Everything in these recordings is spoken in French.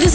this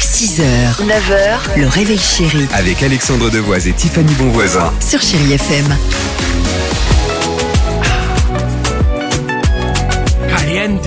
6h, 9h, le réveil chéri avec Alexandre Devoise et Tiffany Bonvoisin. sur Chérie FM. Caliente.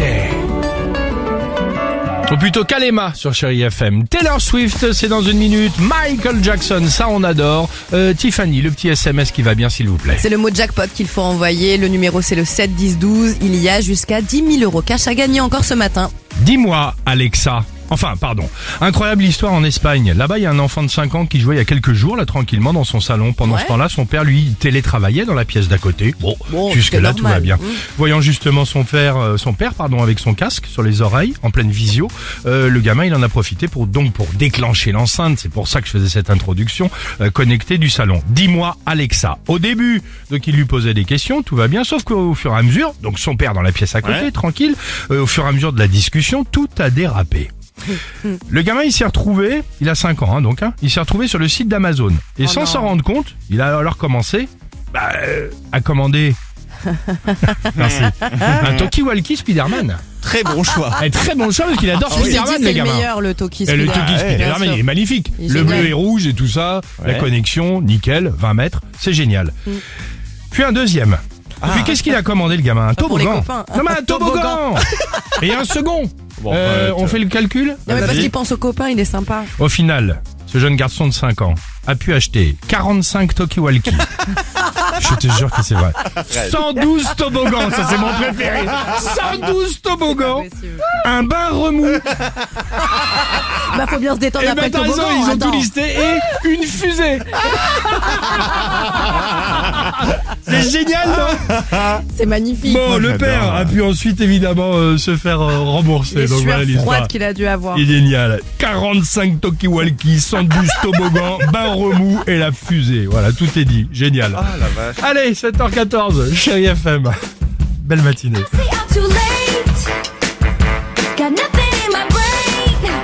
Ou plutôt Kalema sur Chéri FM. Taylor Swift, c'est dans une minute. Michael Jackson, ça on adore. Euh, Tiffany, le petit SMS qui va bien s'il vous plaît. C'est le mot jackpot qu'il faut envoyer. Le numéro, c'est le 7 10 12. Il y a jusqu'à 10 000 euros cash à gagner encore ce matin. Ah Dis-moi Alexa. Enfin, pardon. Incroyable histoire en Espagne. Là-bas, il y a un enfant de 5 ans qui jouait il y a quelques jours, là, tranquillement, dans son salon. Pendant Ouais. ce temps-là, son père, lui, télétravaillait dans la pièce d'à côté. Bon, Bon, jusque-là, c'était tout va normal. bien. Mm. Voyant justement son père, euh, son père, pardon, avec son casque sur les oreilles, en pleine visio, euh, le gamin, il en a profité pour, donc, pour déclencher l'enceinte. C'est pour ça que je faisais cette introduction, euh, connectée du salon. Dis-moi, Alexa. Au début, donc, il lui posait des questions, tout va bien, sauf qu'au fur et à mesure, donc, son père dans la pièce à côté, tranquille, euh, au fur et à mesure de la discussion, tout a dérapé. Le gamin, il s'est retrouvé, il a 5 ans, hein, donc, hein, il s'est retrouvé sur le site d'Amazon. Oh Et sans s'en rendre compte, il a alors commencé bah, euh, à commander. Merci. Un Tokiwalki Spider-Man. Très bon choix. Un très bon choix parce qu'il adore Je vous ai dit, Ah. Spider-Man, c'est le le gamin. meilleur, le Toki Et le Spider. Toki ouais. Spider-Man, Bien il est magnifique. Il est le génial. bleu et rouge et tout ça, la Ouais. connexion, nickel, 20 mètres, c'est génial. Mm. Puis un deuxième. Puis qu'est-ce qu'il a commandé le gamin Un Ah. pour les toboggan. copains. Non mais un toboggan Et un second Bon, Euh, bah, On fait le calcul Non, mais parce Vas-y. qu'il pense aux copains, il est sympa. Au final, ce jeune garçon de 5 ans a pu acheter 45 Tokiwalki. Je te jure que c'est vrai. 112 toboggans, ça c'est mon préféré. 112 toboggans, un bain remous. Bah, faut bien se détendre Et après le ben t'as raison, toboggan. ils ont attends. tout listé et une fusée. C'est génial, non C'est magnifique. Bon, le père a pu ensuite évidemment euh, se faire euh, rembourser. Les donc sueurs voilà l'histoire. froides qu'il a dû avoir. Il est génial. 45 Tokiwalki, 112 toboggans, bain remous et la fusée. Voilà, tout est dit. Génial. Allez, 7h14, chérie FM. Belle matinée. too late. Got nothing in my brain.